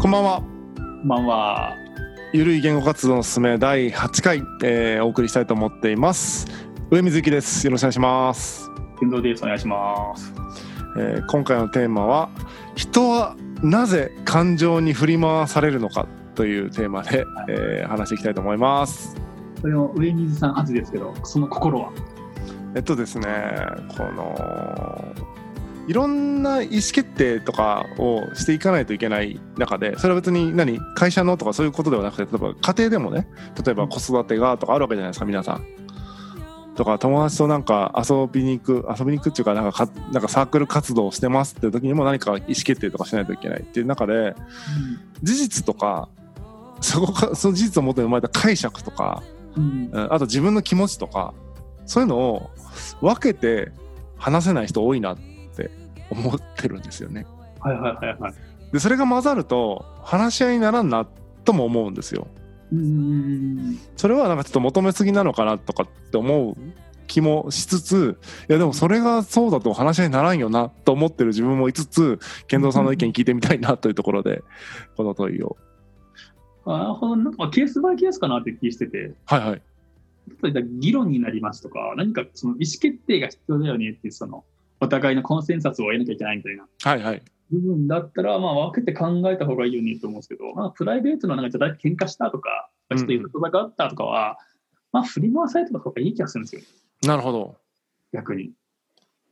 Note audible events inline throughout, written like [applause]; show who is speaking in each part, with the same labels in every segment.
Speaker 1: こんばんは。
Speaker 2: こんばんは。
Speaker 1: ゆるい言語活動のすすめ第8回、えーお送りしたいと思っています。上水幸です。よろしくお願いします。
Speaker 2: 天童です。お願いします。
Speaker 1: えー今回のテーマは人はなぜ感情に振り回されるのかというテーマで、えー話していきたいと思います。
Speaker 2: これも上水さん初ですけど、その心は。
Speaker 1: えっとですねこのいろんな意思決定とかをしていかないといけない中でそれは別に何会社のとかそういうことではなくて例えば家庭でもね例えば子育てがとかあるわけじゃないですか皆さん。とか友達となんか遊びに行く遊びに行くっていうかなんかかなんかサークル活動をしてますっていう時にも何か意思決定とかしないといけないっていう中で事実とかそこかその事実をもとに生まれた解釈とか
Speaker 2: うん。
Speaker 1: うんあと自分の気持ちとかそういうのを分けて話せない人多いなって思ってるんですよね。
Speaker 2: はいはいはいはい。
Speaker 1: でそれが混ざると話し合いにならんなとも思うんですよ。
Speaker 2: うん。
Speaker 1: それはなんかちょっと求めすぎなのかなとかって思う気もしつついやでもそれがそうだと話し合いにならんよなと思ってる自分もいつつ健三さんの意見聞いてみたいなというところでこの問いを。
Speaker 2: なるほど。なんかケースバイケースかなって気してて、
Speaker 1: はいはい。
Speaker 2: 例えば議論になりますとか、何かその意思決定が必要だよねっていう、その、お互いのコンセンサスを得なきゃいけないみたいな
Speaker 1: はいはい。
Speaker 2: 部分だったら、まあ分けて考えた方がいいよねと思うんですけど、まあプライベートのなんかじゃあ喧嘩したとか、
Speaker 1: うん
Speaker 2: ちょっといろいろ戦ったとかは、まあ振り回されてた方がいい気がするんですよ、
Speaker 1: なるほど。
Speaker 2: 逆に。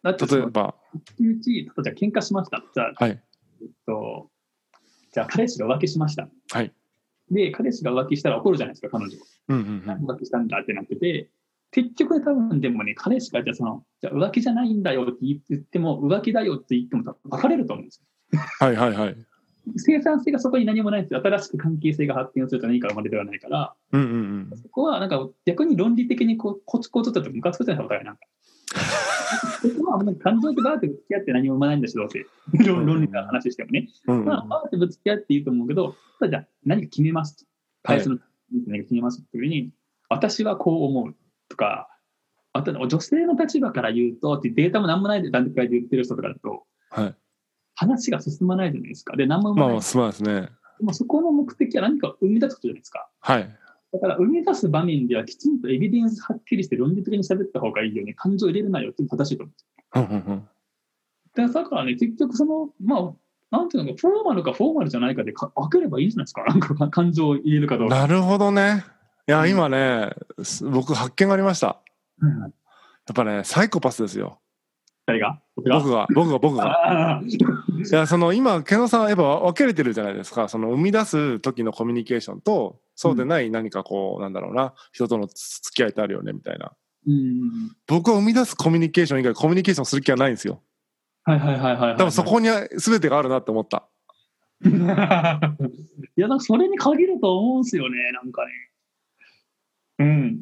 Speaker 2: だってそ
Speaker 1: 例え
Speaker 2: の
Speaker 1: ば、
Speaker 2: うち、例えば喧嘩しました。じゃあ、
Speaker 1: はい。
Speaker 2: えっと、じゃあ彼氏が浮気しました。
Speaker 1: はい。
Speaker 2: で、彼氏が浮気したら怒るじゃないですか、彼女。
Speaker 1: うんうんうん。
Speaker 2: 浮気したんだってなってて、結局多分でもね、彼氏がじゃあその、じゃあ浮気じゃないんだよって言っても、浮気だよって言っても多分別れると思うんですよ。
Speaker 1: はいはいはい。
Speaker 2: 生産性がそこに何もないんですよ。新しく関係性が発展すると何か生まれてはないから、
Speaker 1: うんうんうん。
Speaker 2: そこはなんか逆に論理的にこうコツコツとってムカつくじゃないですか、お互いなんか。そこはあんまり感情とバーって付き合って何も生まないんだし、どうせ。論論理の話してもね。
Speaker 1: うんうん
Speaker 2: まあ、パーってぶつけ合っていいと思うけど、ただじゃあ何か決めますと。
Speaker 1: はい
Speaker 2: 会社の何か決めますっていう時に、私はこう思うとか、あと女性の立場から言うと、ってデータも何もない段階で言ってる人とかだと、
Speaker 1: はい。
Speaker 2: 話が進まないじゃないですか。で、何も生ま
Speaker 1: まあ
Speaker 2: ない。
Speaker 1: まあ、すまないですね。
Speaker 2: でもそこの目的は何かを生み出すことじゃないですか。
Speaker 1: はい。
Speaker 2: だから生み出す場面ではきちんとエビデンスはっきりして論理的に喋った方がいいよね。感情入れるなよっていうのが正しいと思う。
Speaker 1: うんうんうん
Speaker 2: でだからね、結局その、まあ、なんていうのか、フォーマルかフォーマルじゃないかでか分ければいいじゃないですか。なんかか感情を入れるかどうか。
Speaker 1: なるほどね。いや、
Speaker 2: うん
Speaker 1: 今ね、す僕発見がありました。
Speaker 2: うん
Speaker 1: やっぱね、サイコパスですよ。
Speaker 2: 誰が僕が
Speaker 1: 僕が、僕が、僕が。
Speaker 2: ああ
Speaker 1: いや、その今、ケノさんはやっぱ分けれてるじゃないですか。その生み出す時のコミュニケーションと、そうでない何かこう、なんだろうな、人との付き合いってあるよね、みたいな。
Speaker 2: うん。
Speaker 1: 僕は生み出すコミュニケーション以外コミュニケーションする気はないんですよ。
Speaker 2: はいはいはいはい、はい。
Speaker 1: 多分そ。こに全てがあるなって思った。
Speaker 2: [laughs] いや、なんかそれに限ると思うんですよね、なんかね。うん。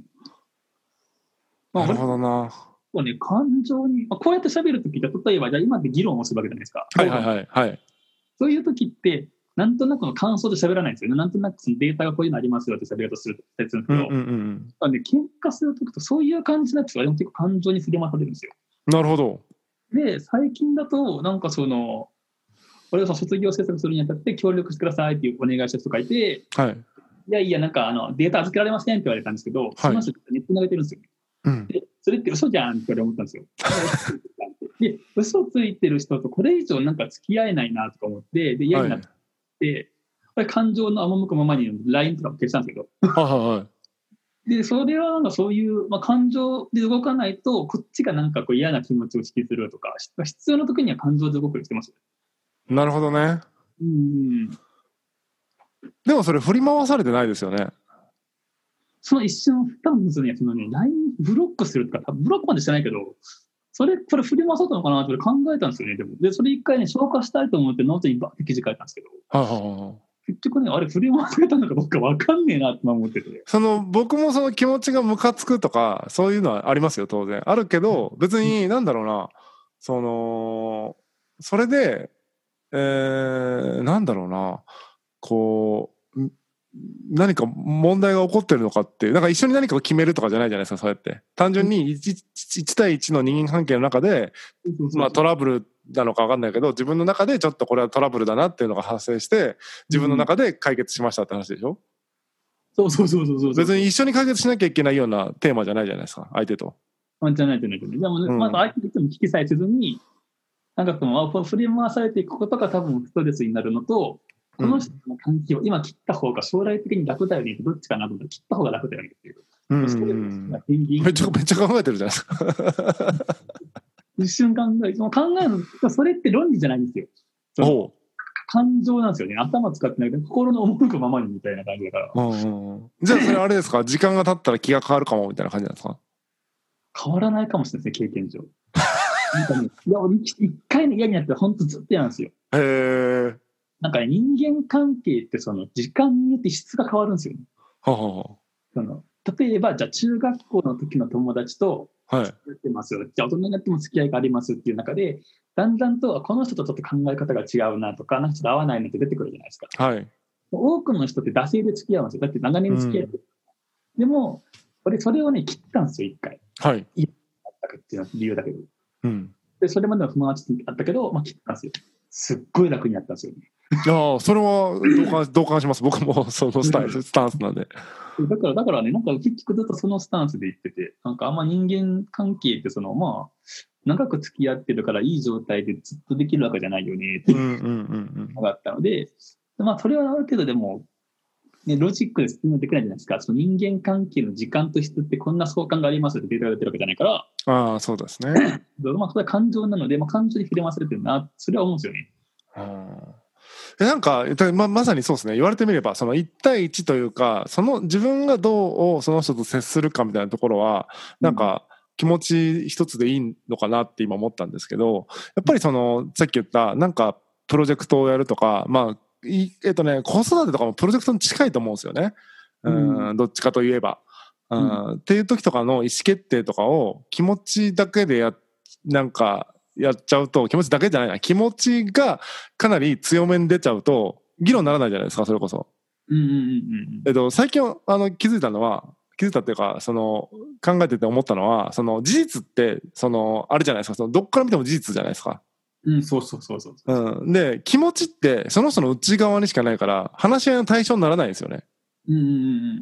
Speaker 1: な
Speaker 2: まあ、
Speaker 1: る
Speaker 2: 俺
Speaker 1: ほどな。
Speaker 2: もね、感情に、まあ、こうやって喋るときって、例えば、じゃあ今って議論をするわけじゃないですか。
Speaker 1: はいはいはい。はい。
Speaker 2: そういうときって、なんとなくの感想で喋らないんですよね。なんとなくそのデータがこういうのありますよって喋るとするやつな
Speaker 1: う
Speaker 2: んですけ
Speaker 1: んう
Speaker 2: ど、
Speaker 1: んうん
Speaker 2: なんで喧嘩するときとそういう感じになって、でも結構感情に振り回されるんですよ。
Speaker 1: うん。なるほど。
Speaker 2: で、最近だと、なんかその、俺が卒業制作するにあたって協力してくださいっていうお願いした人がいて、
Speaker 1: はい。
Speaker 2: いやいや、なんかあのデータ預けられませんって言われたんですけど、その人ネットに上げてるんですよ。
Speaker 1: うん。
Speaker 2: で、それって嘘じゃんって俺思った
Speaker 1: [laughs]
Speaker 2: んですよ。で、嘘ついてる人とこれ以上なんか付き合えないなとか思って、で、嫌になって、俺感情の赴くままに LINE とかも消したんですけど、
Speaker 1: はいはいはい。
Speaker 2: で、それはなんかそういう、まあ、感情で動かないと、こっちがなんかこう嫌な気持ちを引きずるとか、必要な時には感情で動くようにしてます。
Speaker 1: なるほどね。
Speaker 2: うん
Speaker 1: でもそれ振り回されてないですよね。
Speaker 2: その一瞬、多分ですね、そのね、LINE ブロックするとか、ブロックまでしてないけど、それ、これ振り回そうたのかなって俺考えたんですよね、でも。で、それ一回ね、消化したいと思って、ノートにバーって記事書いたんですけど、
Speaker 1: はいはいはいはい。
Speaker 2: 結局ね、あれ振り回されたのかどうかわかんねえなって今思ってて。
Speaker 1: その僕もその気持ちがムカつくとかそういうのはありますよ当然あるけど別になんだろうなそのそれでえー、なんだろうなこうん何か問題が起こってるのかっていうなんか一緒に何かを決めるとかじゃないじゃないですかそうやって単純に 1, 対1の人間関係の中で、まあ、トラブルなのか分かんないけど自分の中でちょっとこれはトラブルだなっていうのが発生して自分の中で解決しましたって話でしょ、
Speaker 2: そうそうそうそうそう。
Speaker 1: 別に一緒に解決しなきゃいけないようなテーマじゃないじゃないですか相手と。
Speaker 2: ワンチャンないとないけどね。でもね、
Speaker 1: うん
Speaker 2: まず相手の人も聞きさえせずに、なんかこの、あこう振り回されていくことが多分ストレスになるのと、この人の関係を今切った方が将来的に楽だよねってどっちかなと思ったら切った方が楽だよねっていう。
Speaker 1: うん
Speaker 2: ストレスがペンギン
Speaker 1: めっちゃめっちゃ考えてるじゃないですか。
Speaker 2: 一瞬考え、その考えの、それって論理じゃないんですよ。そう
Speaker 1: お
Speaker 2: 感情なんですよね。頭使ってないけど、心の赴くままにみたいな感じだから。
Speaker 1: ううんうんうんじゃあそれあれですか時間が経ったら気が変わるかもみたいな感じなんですか
Speaker 2: 変わらないかもしれないですね、経験上。
Speaker 1: [laughs]
Speaker 2: なんかね、いや、俺一一回の嫌になったら本当ずっと嫌なんですよ。
Speaker 1: へえ。
Speaker 2: なんかね、人間関係ってその時間によって質が変わるんですよね。
Speaker 1: ははは
Speaker 2: その例えば、じゃあ中学校の時の友達と
Speaker 1: はい。
Speaker 2: やってますよ。じゃあ大人になっても付き合いがありますっていう中で、だんだんとあこの人とちょっと考え方が違うなとか、なんかちょっと合わないなって出てくるじゃないですか。
Speaker 1: はい。
Speaker 2: 多くの人って惰性で付き合うんですよ。だって長年付き合ってる、でも、俺それをね、切ったんですよ、一回。
Speaker 1: はい。
Speaker 2: あったかっていうのは理由だけど。
Speaker 1: うん。
Speaker 2: で、それまでの友達だったけど、まあ、切ったんですよ。すっごい楽になったんですよね。
Speaker 1: いやーそれは同感同感します。僕もそのスタイルスタンスなんで。
Speaker 2: だから、だからね、なんか結局ずっとそのスタンスで言ってて、なんかあんま人間関係ってその、まあ、長く付き合ってるからいい状態でずっとできるわけじゃないよね、って
Speaker 1: う
Speaker 2: い
Speaker 1: ん
Speaker 2: う
Speaker 1: うんうん
Speaker 2: のがあったので、まあ、それはある程度でも、ね、ロジックで説明できないじゃないですか。その人間関係の時間と質ってこんな相関がありますってデータが出てるわけじゃないから、
Speaker 1: うん。ああそうですね。
Speaker 2: まあ、それは感情なので、まあ、感情に触れ回されてるな、それは思うんですよね。
Speaker 1: うんえなんかえっとままさにそうですね言われてみればその1対1というかその自分がどうその人と接するかみたいなところはなんか気持ち一つでいいのかなって今思ったんですけどやっぱりそのさっき言ったなんかプロジェクトをやるとかまあいえっとね子育てとかもプロジェクトに近いと思うんですよねうん、どっちかといえば、うんっていう時とかの意思決定とかを気持ちだけでやなんかやっちゃうと気持ちだけじゃないな気持ちがかなり強めに出ちゃうと議論にならないじゃないですかそれこそ。
Speaker 2: うんうん
Speaker 1: えっと、最近あの気づいたのは気づいたっていうかその考えてて思ったのはその事実ってそのあれじゃないですかそのどっから見ても事実じゃないですか。
Speaker 2: うんうん。うん、そうそうそうそう。
Speaker 1: うん、で気持ちってその人の内側にしかないから話し合いの対象にならないんですよね。
Speaker 2: うんうんうんう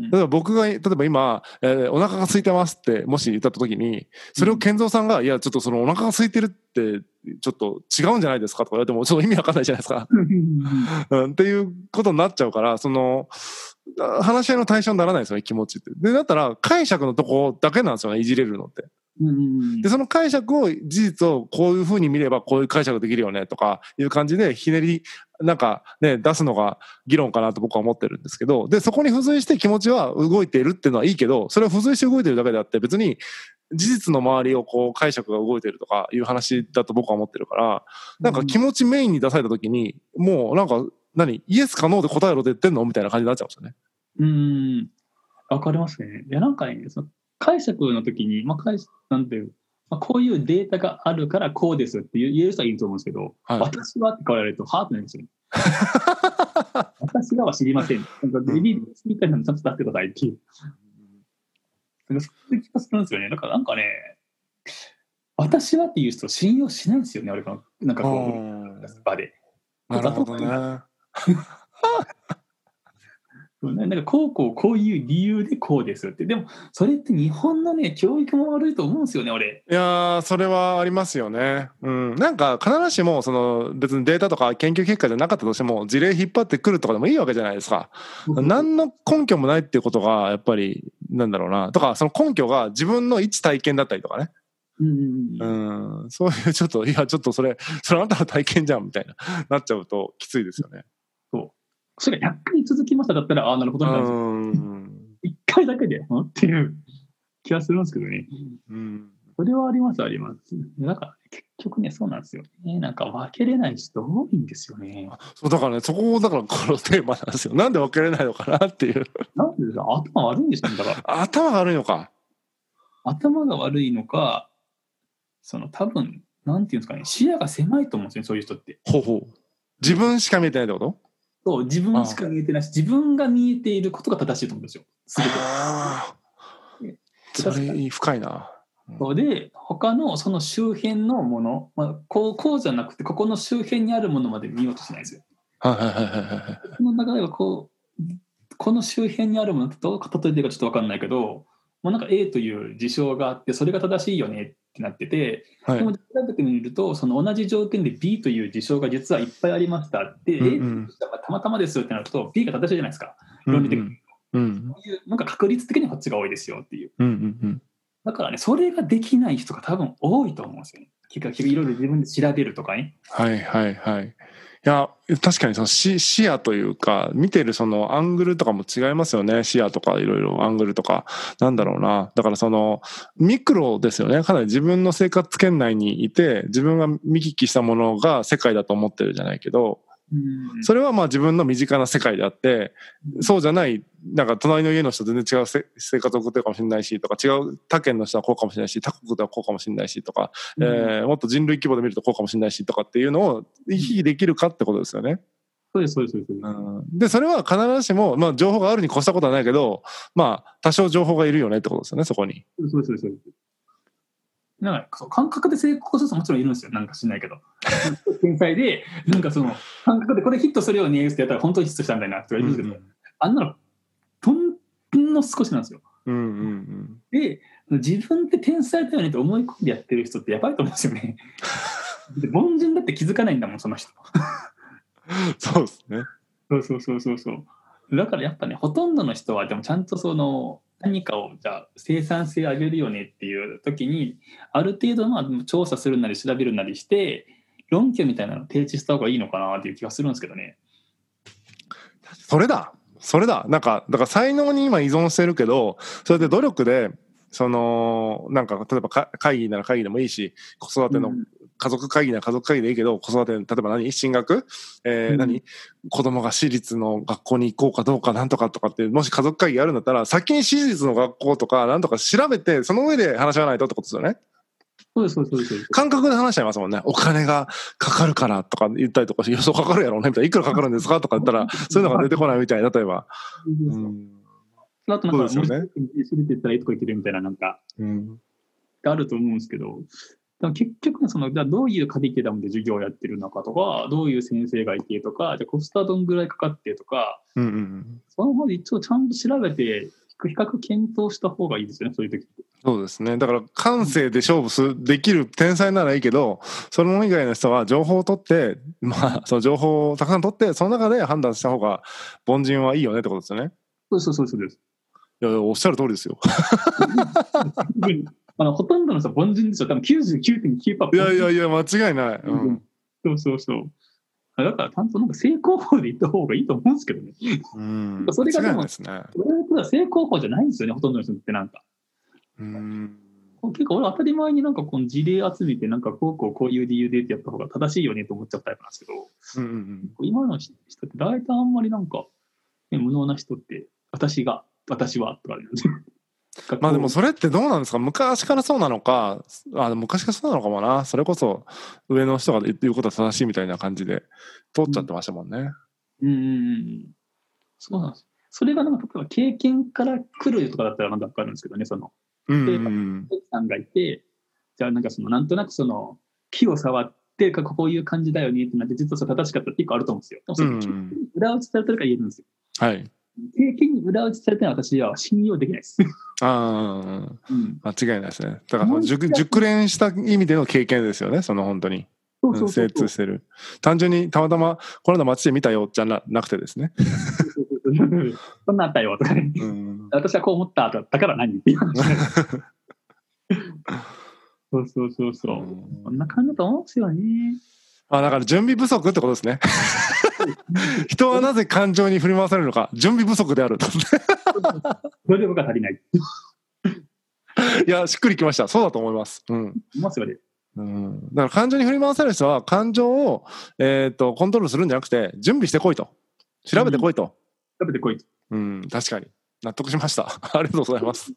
Speaker 2: ん
Speaker 1: 例えば僕が例えば今、えーお腹が空いてますってもし言った時にそれを健三さんが「いやちょっとそのお腹が空いてるってちょっと違うんじゃないですか」とか言われてもちょっと意味わかんないじゃないですか。
Speaker 2: うんうんうん。
Speaker 1: うん、っていうことになっちゃうから、その、あ話し合いの対象にならないんですよね、気持ちって。で、だったら解釈のとこだけなんですよね、いじれるのって。
Speaker 2: うんうん [laughs]
Speaker 1: で、その解釈を、事実をこういうふうに見ればこういう解釈できるよね、とかいう感じで、ひねり、なんかね、出すのが議論かなと僕は思ってるんですけど、で、そこに付随して気持ちは動いているっていうのはいいけど、それは付随して動いてるだけであって、別に、事実の周りをこう解釈が動いてるとかいう話だと僕は思ってるから、なんか気持ちメインに出された時に、もうなんか、何イエスかノーで答えろって言ってんのみたいな感じになっちゃうんですよね。
Speaker 2: うん。わかりますね。いや、なんかね、その解釈の時に、まあ、解釈、なんていう、まあ、こういうデータがあるからこうですって言う言える人はいいと思うんですけど、
Speaker 1: はい。
Speaker 2: 私はって言われると、はーってなるんです
Speaker 1: [laughs]
Speaker 2: よ。私らは知りません。なんか、ビビみたいなのちゃんと出してくださいっていう。なんかそういう気がするんですよね。だから、なんかね、私はっていう人を信用しないんですよね、俺が。なんかこう、場で。
Speaker 1: なるほどね。
Speaker 2: そうねなんかこうこうこういう理由でこうですってでもそれって日本のね教育も悪いと思うんですよね俺
Speaker 1: いやー、それはありますよね。うん。なんか、必ずしも、その、別にデータとか研究結果じゃなかったとしても、事例引っ張ってくるとかでもいいわけじゃないですか。何の根拠もないっていうことが、やっぱり、なんだろうな。とか、その根拠が自分の一体験だったりとかね。
Speaker 2: うんうんうん
Speaker 1: うん。そういう、ちょっと、いや、ちょっとそれ、それあなたの体験じゃん、みたいな、なっちゃうと、きついですよね。
Speaker 2: それが100回続きましただったらああなるほ
Speaker 1: う
Speaker 2: どなるほど
Speaker 1: ん。
Speaker 2: 1回だけでうんっていう気がするんですけどね
Speaker 1: うん
Speaker 2: それはありますありますだから結局ねそうなんですよねなんか分けれない人多いんですよね
Speaker 1: そうだからねそこをだからこのテーマなんですよなんで分けれないのかなっていう
Speaker 2: なんでさ頭悪いんですよだから [laughs]
Speaker 1: 頭が悪いのか
Speaker 2: 頭が悪いのかその多分なんていうんですかね視野が狭いと思うんですよねそういう人って
Speaker 1: ほうほう自分しか見えてないってこと
Speaker 2: そう、自分しか見えてないし、自分が見えていることが正しいと思うんですよ。すべて。
Speaker 1: ああそれ深いなうん
Speaker 2: で、他のその周辺のもの、まあ、こう、こうじゃなくて、ここの周辺にあるものまで見ようとしないんですよ。
Speaker 1: はいはいはいはいはい
Speaker 2: この流れはこう、この周辺にあるものとどう例えてるかちょっと分かんないけど、もうなんか A という事象があって、それが正しいよねってなってて、
Speaker 1: はい
Speaker 2: でも、調べてみると、その同じ条件で B という事象が実はいっぱいありましたって、
Speaker 1: うん
Speaker 2: A という事象がたまたまですってなると、B が正しいじゃないですか。論理的に。
Speaker 1: うん
Speaker 2: こういうなんか確率的にこっちが多いですよっていう。
Speaker 1: うんうん
Speaker 2: だからね、それができない人が多分多いと思うんですよね。結局、いろいろ自分で調べるとかね。
Speaker 1: はいはいはいいや確かにその視視野というか見てるそのアングルとかも違いますよね視野とかいろいろアングルとかなんだろうなだからそのミクロですよねかなり自分の生活圏内にいて自分が見聞きしたものが世界だと思ってるじゃないけど
Speaker 2: うん
Speaker 1: それはまあ自分の身近な世界であってそうじゃないなんか隣の家の人全然違うせ生活を送ってるかもしれないしとか違う他県の人はこうかもしれないし他国ではこうかもしれないしとか、えーもっと人類規模で見るとこうかもしれないしとかっていうのを行き来できるかってことですよね。
Speaker 2: そうです、そうです、そうです。
Speaker 1: でそれは必ずしも、まあ、情報があるに越したことはないけどまあ多少情報がいるよねってことですよねそこに。
Speaker 2: そうです、そうです。なんかそう感覚で成功する人もちろんいるんですよ、なんかしないけ [laughs] ど。天才で、なんかその、感覚でこれヒットするようにってやったら本当にヒットしたんだよなとか言うんですけど、あんなの、とんの少しなんですよ。
Speaker 1: うんうんうん
Speaker 2: で、自分って天才だよねって思い込んでやってる人ってやばいと思うんですよ [laughs] ね。で凡人だって気づかないんだもん、その人。
Speaker 1: [laughs] そうですね。
Speaker 2: そうそうそうそうそう。だからやっぱね、ほとんどの人は、でもちゃんとその、何かをじゃあ生産性上げるよねっていう時に、ある程度まあ調査するなり調べるなりして、論拠みたいなのを提示した方がいいのかなっていう気がするんですけどね。
Speaker 1: それだそれだなんかだから才能に今依存してるけどそれで努力でそのなんか例えばか会議なら会議でもいいし子育ての
Speaker 2: うん
Speaker 1: 家族会議なら家族会議でいいけど子育ての例えば何進学、えー
Speaker 2: うん
Speaker 1: 何子供が私立の学校に行こうかどうかなんとかとかってもし家族会議やるんだったら先に私立の学校とかなんとか調べてその上で話し合わないとってことですよね。
Speaker 2: そうです、そうです、そうです。
Speaker 1: 感覚で話しちゃいますもんね。お金がかかるからとか言ったりとかして予想かかるやろうねみたいな。いくらかかるんですかとか言
Speaker 2: [laughs]
Speaker 1: ったら、そういうのが出てこないみたいな、例えば。うん
Speaker 2: あとなんか、
Speaker 1: そうですよね
Speaker 2: もし知れてたらいいとこ行けるみたいな、なんか、
Speaker 1: うん
Speaker 2: があると思うんですけど、でも結局その、じゃあどういうカリキュラムで授業をやってるのかとか、どういう先生がいてとか、じゃあコストはどんぐらいかかってとか、
Speaker 1: うんうん、
Speaker 2: そのまで一応ちゃんと調べて、比較検討した方がいいですよね、そういう時って。
Speaker 1: そうですねだから感性で勝負するできる天才ならいいけどそれ以外の人は情報を取ってまあその情報をたくさん取ってその中で判断した方が凡人はいいよねってことですよね
Speaker 2: そうそうそうそうです。
Speaker 1: いやいやおっしゃる通りですよ
Speaker 2: あのほとんどの人は凡人ですよ、多分99.9%。
Speaker 1: いやいやいや間違いない、う
Speaker 2: うんんそうそうそう。だから、ちゃんとなんか成功法でいった方がいいと思うんですけどね。
Speaker 1: うん、
Speaker 2: それが
Speaker 1: 間違
Speaker 2: で
Speaker 1: い
Speaker 2: も
Speaker 1: ないですね
Speaker 2: 俺のことは成功法じゃないんですよね、ほとんどの人ってなんか。
Speaker 1: うん
Speaker 2: 結構俺当たり前になんかこの事例集めてなんかこうこうこういう理由でってやった方が正しいよねと思っちゃったタイプなんですけど
Speaker 1: うんうん
Speaker 2: 今の人って大体あんまりなんか、ね、無能な人って私が私はとかね
Speaker 1: [laughs]
Speaker 2: [laughs]
Speaker 1: まあでもそれってどうなんですか昔からそうなのかあ昔からそうなのかもなそれこそ上の人が言ってることは正しいみたいな感じで通っちゃってましたもんね、
Speaker 2: うんうんうんそうなんですそれがなんか例えば経験から来るとかだったらまだ分かるんですけどねその
Speaker 1: うんうんうん、
Speaker 2: お客さんがいてじゃあなんかそのなんとなくその木を触ってかこういう感じだよねってなって実はそれ正しかったって一個あると思うんですよでもそれ
Speaker 1: うんうん
Speaker 2: 裏打ちされてるから言えるんですよ
Speaker 1: はい
Speaker 2: 経験に裏打ちされたのは私は信用できないです。
Speaker 1: ああ、
Speaker 2: うん、
Speaker 1: 間違いないですね。だからその熟、熟練した意味での経験ですよね、その本当に。
Speaker 2: そう
Speaker 1: う
Speaker 2: そ
Speaker 1: ん
Speaker 2: うそ
Speaker 1: 精
Speaker 2: うそ
Speaker 1: 通
Speaker 2: う。
Speaker 1: してる。単純にたまたま、この間街で見たよじゃななくてですね。
Speaker 2: そんなんあったよとかね。
Speaker 1: うん。
Speaker 2: 私はこう思っただから何っていう話。 [laughs] そうそうそうそう。こんな感じだと思うんですよね。
Speaker 1: あ、だから準備不足ってことですね。人はなぜ感情に振り回されるのか、準備不足である。
Speaker 2: 努力が足りない。
Speaker 1: いや、しっくりきました。そうだと思います。うん。
Speaker 2: いますよね。
Speaker 1: うん、だから感情に振り回される人は感情を、えー、とコントロールするんじゃなくて準備してこいと調べてこいと、
Speaker 2: 食べてこいと。
Speaker 1: [laughs] うん、確かに納得しましたありがとうございます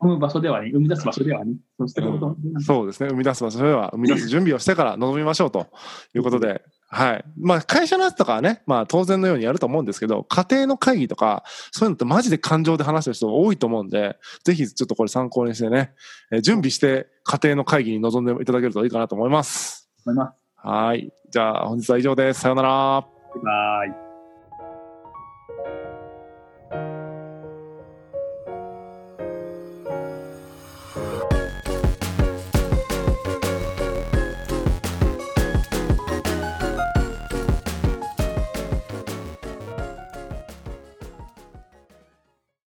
Speaker 2: 生む場所ではね、生み出す場所ではね、そうしたことを、
Speaker 1: そうですね、生み出す場所では生み出す準備をしてから臨みましょうということで、はい。まあ、会社のやつとかはね、まあ、当然のようにやると思うんですけど、家庭の会議とか、そういうのってマジで感情で話してる人多いと思うんで、ぜひちょっとこれ参考にしてね、えー準備して家庭の会議に臨んでいただけるといいかなと思います。
Speaker 2: 思います。
Speaker 1: はい。じゃあ、本日は以上です。さようなら。
Speaker 2: バイバイ。